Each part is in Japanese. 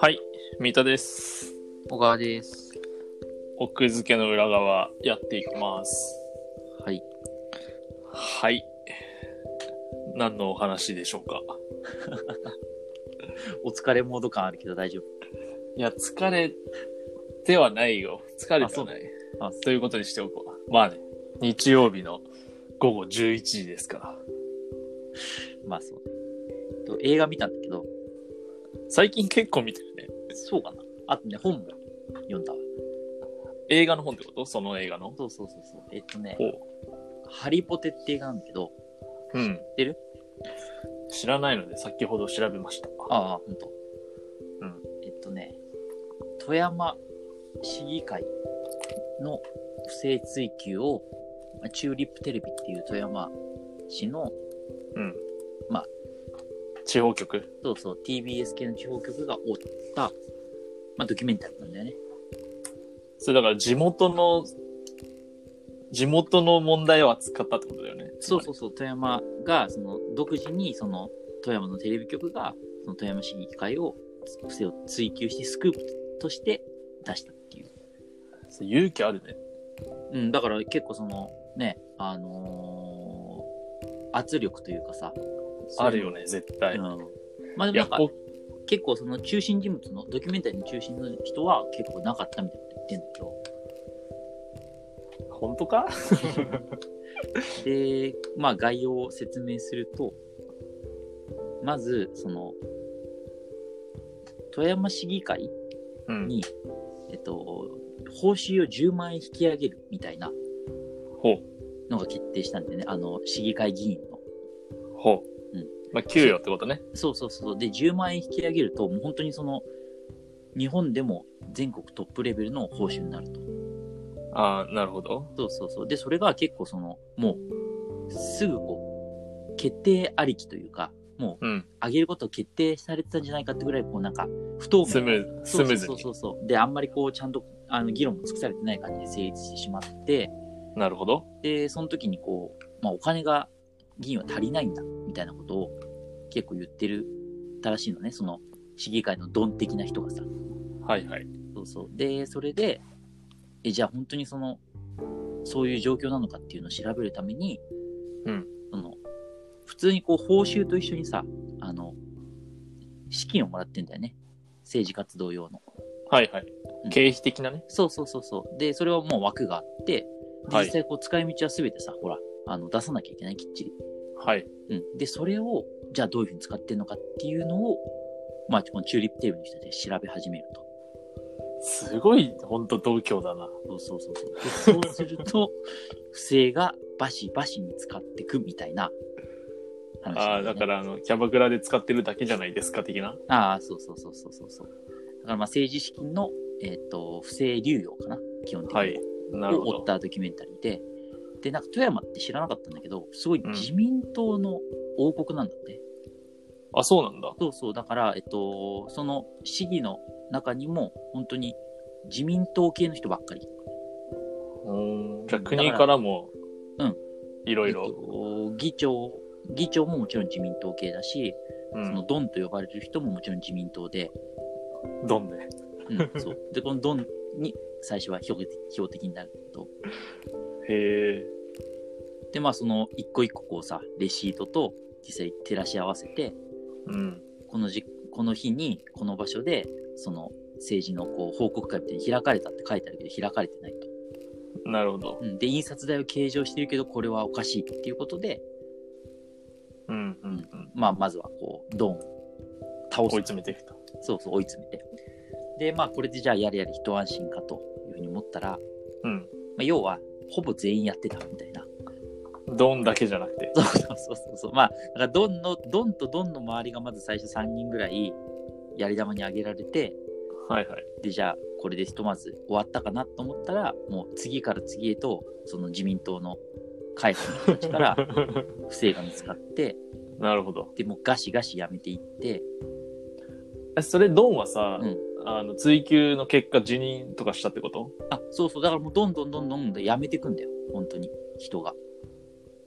はい、三田です。小川です。奥付けの裏側やっていきます。はい。はい。何のお話でしょうか。お疲れモード感あるけど大丈いや、疲れてはないよ。疲れてはないあそうあ。ということにしておこう。まあね、日曜日の午後11時ですから。夫。まあそう。えっと映画見たんだけど、最近結構見てるね。そうかな。あとね、本も読んだわ。映画の本ってことその映画の。そうそうそうそう。えっとね、ほハリポテって映画なんだけど、う。うん。てる知らないので、先ほど調べました。ああ、ほんと。うん。えっとね、富山市議会の不正追及を、まあチューリップテレビっていう富山市の、うん。まあ。地方局そうそう、TBS 系の地方局が追った、まあドキュメンタリーなんだよね。それだから地元の、地元の問題を扱ったってことだよね。そうそうそう、富山が、その、独自に、その、富山のテレビ局が、その富山市議会を、不正を追求して、スクープとして出したっていう。そう。勇気あるね。うん、だから結構その、ね、あのー圧力というかさ、あるよね。ね、絶対。うん。まあでいもなや、んかこ、結構その中心人物の、ドキュメンタリーの中心の人は結構なかったみたいなこと言ってんだけど、本当かで、まあ、概要を説明すると、まず、その、富山市議会うん。に、えっと、報酬を10万円引き上げるみたいなほう。のが決定したんでね、あの、市議会議員の。ほう。うんまあ、給与ってことね。そうそうそう。で、10万円引き上げると、もう本当にその、日本でも全国トップレベルの報酬になると。ああ、なるほど。そうそうそう。で、それが結構その、もう、すぐこう、決定ありきというか、もう、うん。上げることを決定されてたんじゃないかってぐらいこうなんか不透明スムーズ、スムーズそうに。そうそうそうであんまりこうちゃんとあの議論も尽くされてない感じで成立してしまってなるほど。でその時にこう、まあ、お金が議員は足りないんだみたいなことを結構言ってるたらしいのねその市議会のドン的な人がさはいはい。そうそうでそれでえじゃあ本当にそのそういう状況なのかっていうのを調べるために、うんその普通にこう報酬と一緒にさあの資金をもらってんだよね政治活動用のはいはいうん。経費的なね。そうそうそうそうでそれはもう枠があってはい実際こう使い道は全てさ、ほらあの出さなきゃいけないきっちり、はい。うん、でそれをじゃあどういうふうに使ってんのかっていうのをまあこのチューリップテーブルの人たちで調べ始めるとすごい、本当同郷だな。そうそうそうそう。でそうすると、不正がバシバシに使ってくみたいな話あなあ、んだよね、から、あの、キャバクラで使ってるだけじゃないですか、的な。ああ、そうそうそうそうそうそう。だからまあ政治資金の、えっと不正流用かな、基本的に。はい。なるほを追っど。たドキュメンタリーで。で、なんか富山って知らなかったんだけど、すごい自民党の王国なんだって。あ、そうなんだ。そうそう、だから、えっと、その市議の中にも、本当に自民党系の人ばっかり。おーじゃあ、だから国からも、うん。いろいろ。えっと議長、議長ももちろん自民党系だし、うそのん。ドンと呼ばれる人ももちろん自民党で、どんね。 うん、そう。で、このドンに最初は標的標的になると。へえ。で、まあその一個一個こうさ、レシートと実際照らし合わせて、うん。このじこの日にこの場所で、その政治のこう報告会みたいに開かれたって書いてあるけど、開かれてないと。なるほど。うん、で、印刷代を計上してるけど、これはおかしいっていうことで、うんうんうん。まあまずはこう、ドンを倒追いす詰めていくと。そうそう、追い詰めて。で、まあ、これでじゃあ、やれやれ一安心かというふうに思ったら、まうん。あ、要は、ほぼ全員やってたみたいな。ドンだけじゃなくて。 そうそうそうそうそう。まあ、だから、ドンの、ドンとドンの周りがまず最初3人ぐらい、やり玉に上げられて、はいはい。で、じゃあ、これでひとまず終わったかなと思ったら、もう次から次へと、その自民党の会派の人たちから 不正が見つかって、なるほど。でもうガシガシやめていって、えそれ、ドンはさ、うんあの追及の結果、辞任とかしたってことあ、そうそう、だからもうどんどんどんどんやめていくんだよ、本当に、人が。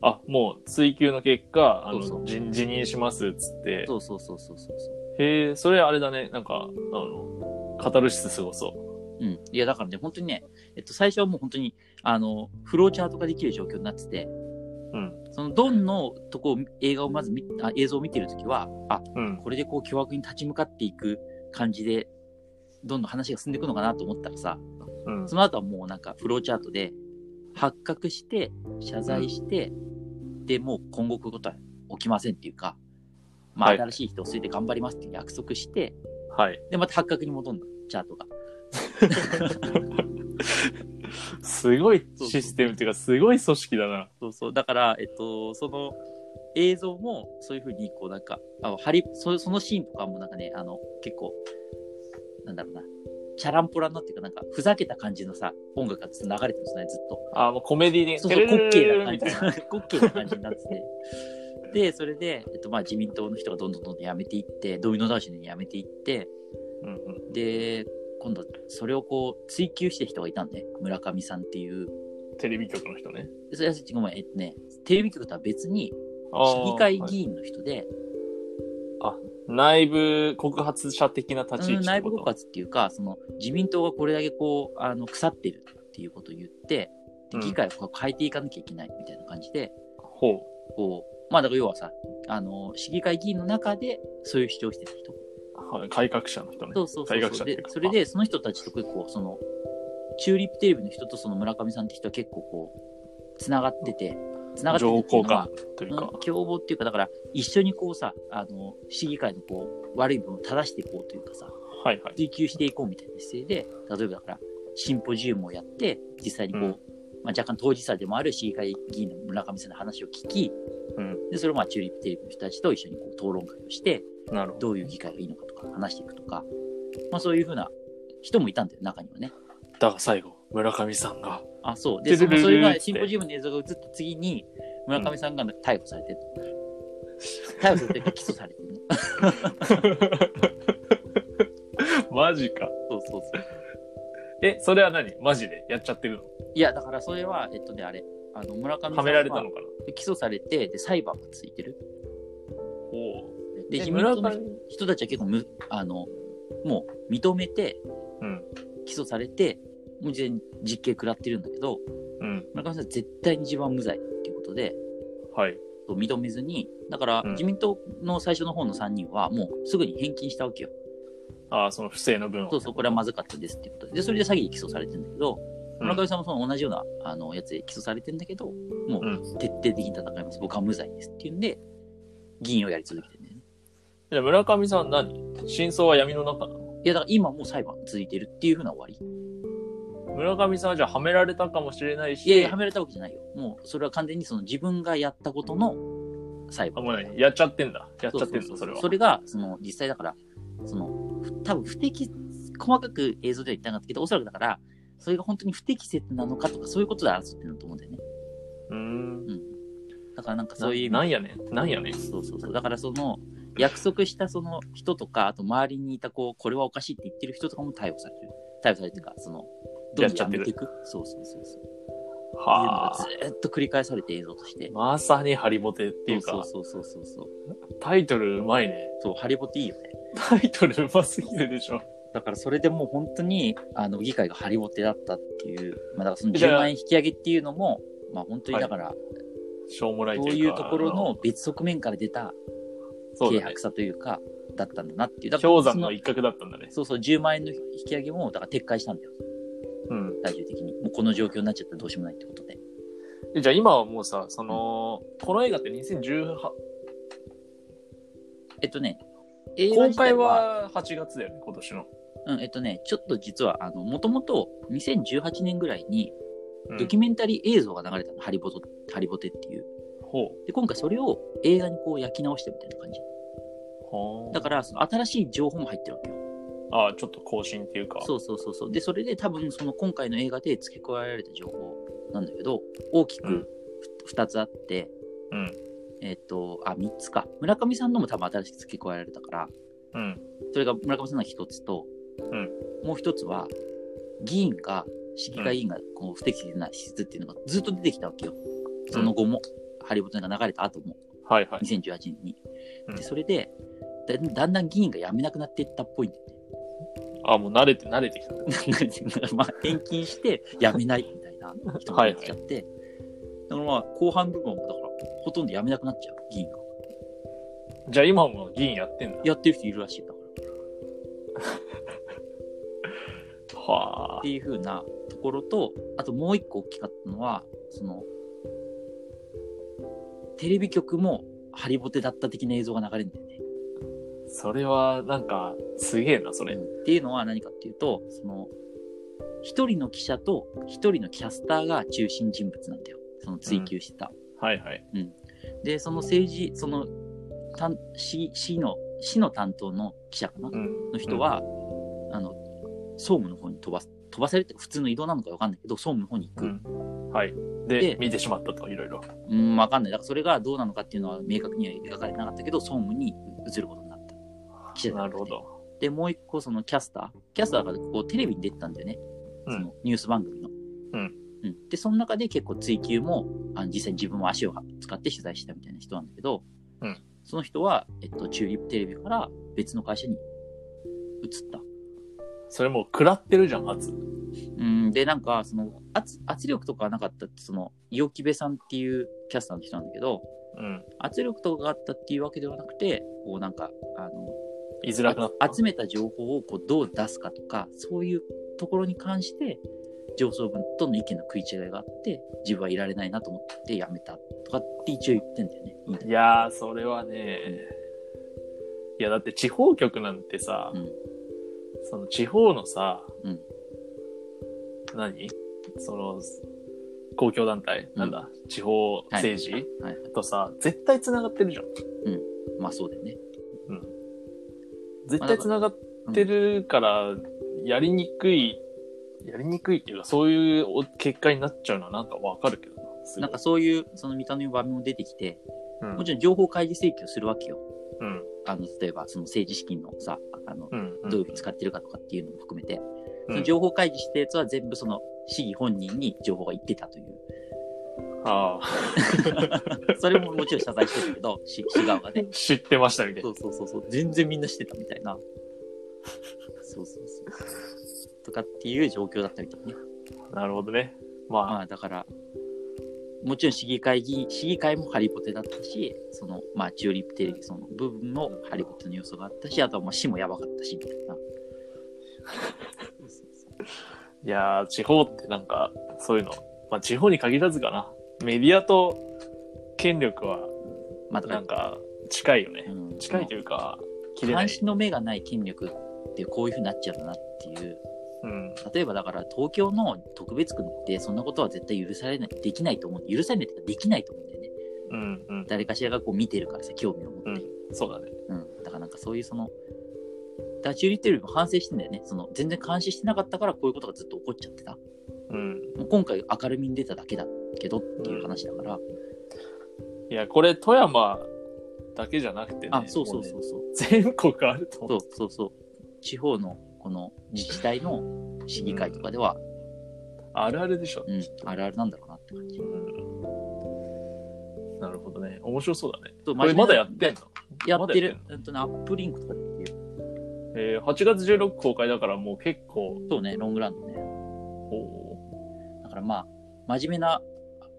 あ、もう追求の結果、あの、そうそうじ辞任しますっつって。そうそうそうそうそうそう。へえ、それあれだね。なんか、あの、カタルシスすごそう。うん。いや、だからね、本当にね、えっと、最初はもう本当に、あの、フローチャートができる状況になってて、うん。そのドンのとこを映画をまず見あ映像を見てるときは、あ、うん。これでこう巨悪に立ち向かっていく感じで、どんどん話が進んでいくのかなと思ったらさ、うんそ。の後はもうなんかフローチャートで、発覚して、謝罪して、で、もう今後こういうことは起きませんっていうか、まあはい新しい人をついて頑張りますって約束して、はい。で、また発覚に戻るの、チャートが。すごいシステムっていうか、すごい組織だな。そうそう。だから、えっと、その映像もそういうふうに、こうなんか、あのハリそそのシーンとかもなんかね、あの、結構、なんだろうな、チャランポランなっていうか、なんか、ふざけた感じのさ、音楽がずっと流れてるんですね、ずっと。あ、もうコメディで、そうそう、滑稽なみた感いな。じ。滑稽な感じになってて。で、それで、えっと、まあ、自民党の人がどんどんどんどん辞めていって、ドミノ倒しのように辞めていって、うんうんで、今度、それをこう、追求してる人がいたんで、村上さんっていう。テレビ局の人ね。それはごめん、えっとね、テレビ局とは別に、あ市ー議会はい議員の人で、内部告発者的な立ち位う置んっ内て部こと告発っていうか、その自民党がこれだけこう、あの腐ってるっていうことを言って、でうん議会をこう変えていかなきゃいけないみたいな感じで、ほう。こう、まあだから要はさ、あの、市議会議員の中でそういう主張してた人。はい、改革者の人ね。そうそうそ改う革そ者ってう。いでう、かそれでその人たちと結構、その、チューリップテレビの人とその村上さんって人は結構こう、つながってて、つながってて情ってい報うのは化といううかん、共謀っていうか、だから一緒にこうさ、あの、市議会のこう、悪い部分を正していこうというかさ、はいはい。追求していこうみたいな姿勢で、例えばだから、シンポジウムをやって、実際にこう、うんまあ、若干当事者でもある市議会議員の村上さんの話を聞き、うんでそれをまあチューリップテレビの人たちと一緒にこう討論会をして、なるほど。どういう議会がいいのかとか話していくとか、まあ、そういうふうな人もいたんだよ、中にはね。だが最後、村上さんが。あ、そう。で、そてるのるるそっつっれがてシンポジウムの映像が映った次に、村上さんが逮捕されてる。 逮捕されてるか起訴されてる の。マジか。そうそうそう。え、それは何マジでやっちゃってるいや、だからそれは、えっとね、あれ、あの村上さんのはめられたのかなで起訴されて、で、裁判がついてる。ほう。で、え自民党の村上人たちは結構む、あの、もう認めて、うん。起訴されて、もう事前に実刑食らってるんだけど、うん。村上さんは絶対に自分は無罪っていうことで、はい。そう認めずに、だからうん自民党の最初の方の3人は、もうすぐに返金したわけよ。ああ、その不正の分を。そうそう、これはまずかったですっていうことで、でそれで詐欺で起訴されてるんだけど、うん村上さんもその同じようなあのやつで起訴されてるんだけど、もうう徹底的に戦います、僕は無罪ですっていうんで、議員をやり続けてるんだよね。じゃあ村上さん何真相は闇の中なのいや、だから今もう裁判続いてるっていうふうな終わり。村上さんはじゃあはめられたかもしれないし、いやいや、はめられたわけじゃないよ。もう、それは完全にその自分がやったことの裁あ判。もう何やっちゃってんだ。やっちゃってんそだ、うそうれううは。それが、その、実際だから、その、ふ多分不適、細かく映像では言ってなかったけど、おそらくだから、それが本当に不適切なのかとか、そういうことで争ってるんだと思うんだよね。うーん。うん。だからなんかそういう意味でなんやねん。なんやねん。そうそうそう。だからその、約束したその人とか、あと周りにいたこう、これはおかしいって言ってる人とかも逮捕されてる。逮捕されてるか、その、どやんっどんちゃやってめるていく。そうそうそうそう。はっあ。ていうのがずーっと繰り返されて映像として。っまさにハリボテっていうか、そうそうそうそうそう。タイトルうまいね。そう、ハリボテいいよね。タイトルうますぎるでしょ。だからそれでもう本当に、あの、議会がハリボテだったっていう、まあだからそのじゃあ10万円引き上げっていうのも、まあ本当にだから、しょうもないそうといいううか。ところの別側面から出たそう軽だね薄。さというか、だったんだなっていう。だから氷山その一角だったんだね。そうそう、10万円の引き上げも、だから撤回したんだよ。うん。最終的に。もうこの状況になっちゃったらどうしようもないってことで。でじゃあ今はもうさ、その、この映画って2018、えっとね、映画公自体開、は8月だよね、今年の。うん、えっとね、ちょっと実は、あの、もともと2018年ぐらいにうんドキュメンタリー映像が流れたの、ハリボト、ハリボテっていう。ほで、今回それを映画にこう焼き直してみたいな感じ。う。ほうだから、その新しい情報も入ってるわけよ。ああ、ちょっと更新っていうか。そうそうそうそう。で、それで多分その今回の映画で付け加えられた情報なんだけど、大きうんく2つあって、うん。えっと、あ、3つか。村上さんのも多分新しく付け加えられたから、うん。それが村上さんの一つと、うんもう一つは、議員が、市議会議員がこう不適切な資質っていうのがずっと出てきたわけよ。その後も、ハリボテが流れた後も、はいはい。 2018年に。うんでそれでだ、だんだん議員が辞めなくなっていったっぽいんだよね。あ、もう慣れて、慣れてきた。 まあ、転勤して辞めないみたいな人が出てきちゃって、だからまあ後半部分もだからほとんど辞めなくなっちゃう議員がじゃあ今も議員やってんだ。やってる人いるらしいんだからっはあて。いう風なところとあともう一個大きかったのはそのテレビ局もハリボテだった的な映像が流れるんだよね、それは、なんか、すげえな、それ。っていうのは何かっていうとその一人の記者と一人のキャスターが中心人物なんだよその追求してた、はいはい。で、その政治、その、担市、市の、市の担当の記者かなうん。の人は、あの、総務の方に飛ばす、飛ばされて、普通の移動なのかわかんないけど、総務の方に行うく。ん、はい。で、で見てしまったと、いろいろ。うん、わかんない。だからそれがどうなのかっていうのは明確には描かれてなかったけど、総務に移ることになった。記者じゃななくるてほど。で、もう一個、そのキャスター。キャスターがこうテレビに出てたんだよね。うそんのニュース番組の。うん。うん、で、その中で結構追求も、あの実際に自分も足を使って取材してたみたいな人なんだけど、うんその人は、えっと、チューリップテレビから別の会社に移った。それもう食らってるじゃん、圧。うん、で、なんか、その圧、圧力とかはなかったって、その、陽気部さんっていうキャスターの人なんだけど、うん。圧力とかがあったっていうわけではなくて、こうなんか、あの、居づらくなった。集めた情報をこうどう出すかとかそういうところに関して上層部との意見の食い違いがあって自分はいられないなと思って辞めたとかって一応言ってんだよね。いやー、それはね、いや、だって地方局なんてさ、うんその地方のさ、うん何その、公共団体、なんだ地方政治、はいはい、とさ、絶対繋がってるじゃん。まあそうだよね。絶対繋がってるから、やりにくい、やりにくいっていうか、そういうお結果になっちゃうのはなんかわかるけどな。すごいなんか、そういうその見た目の場面も出てきてうん、もちろん情報開示請求をするわけよ。うん、あの例えばその政治資金のさあのうん、うん。どういうふうに使ってるかとかっていうのも含めて、うそのん情報開示したやつは全部その市議本人に情報が言ってたというああ、それももちろん謝罪してたけど市市側がね。知ってましたみたいそな。うそうそうそう、全然みんなしてたみたいな。そうそうそう。とかっていう状況だったみたいね。なるほどね。まあ、まあだから、もちろん市議会議員、市議会もハリボテだったし、その、まあチューリップテレビその部分もハリボテの要素があったし、あとはまあ市もやばかったし、みたいな。そうそうそういやー、地方ってなんか、そういうの、まあ地方に限らずかな。メディアと権力は、まあだかならん、か、近いよね。うん近いというか、切れない監。視の目がない権力ってこういうふうになっちゃうなっていう。うん。例えばだから東京の特別区ってそんなことは絶対許されない、できないと思う。許されないっていうかできないと思うんだよね。うん、うん。誰かしらがこう見てるからさ、興味を持って。うんそうだね。うん。だからなんかそういうその、ダチューリテレビも反省してんだよね。その全然監視してなかったからこういうことがずっと起こっちゃってた。うん。もう今回明るみに出ただけだけどっていう話だから。いや、これ、富山だけじゃなくてね。あ、そうそうもねそうそう。全国あるとそ思うそうそう。地方のこの自治体の市議会とかでは、う。あるあるでしょ。うん、あるあるなんだろうなって感じ。うんなるほどね。面白そうだね。そうこれまだやってんのやってまだやるっ。うんとね、アップリンクとかでやってる。えー、8月16公開だからもう結構、そうね、ロングランドね。おだからまあ、真面目な、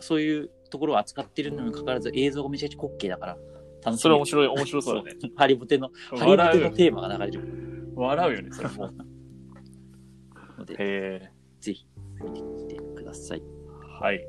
そういうところを扱ってるのにもかかわらず、映像がめちゃくちゃ滑稽だから、楽ーしそれ面い。白い、面白 そうだね。ハリボテの、ハリボ笑テうよのね。テーマが流れる笑うよね、 それもう。ので、へえぜひ見てみてください。ー、はい。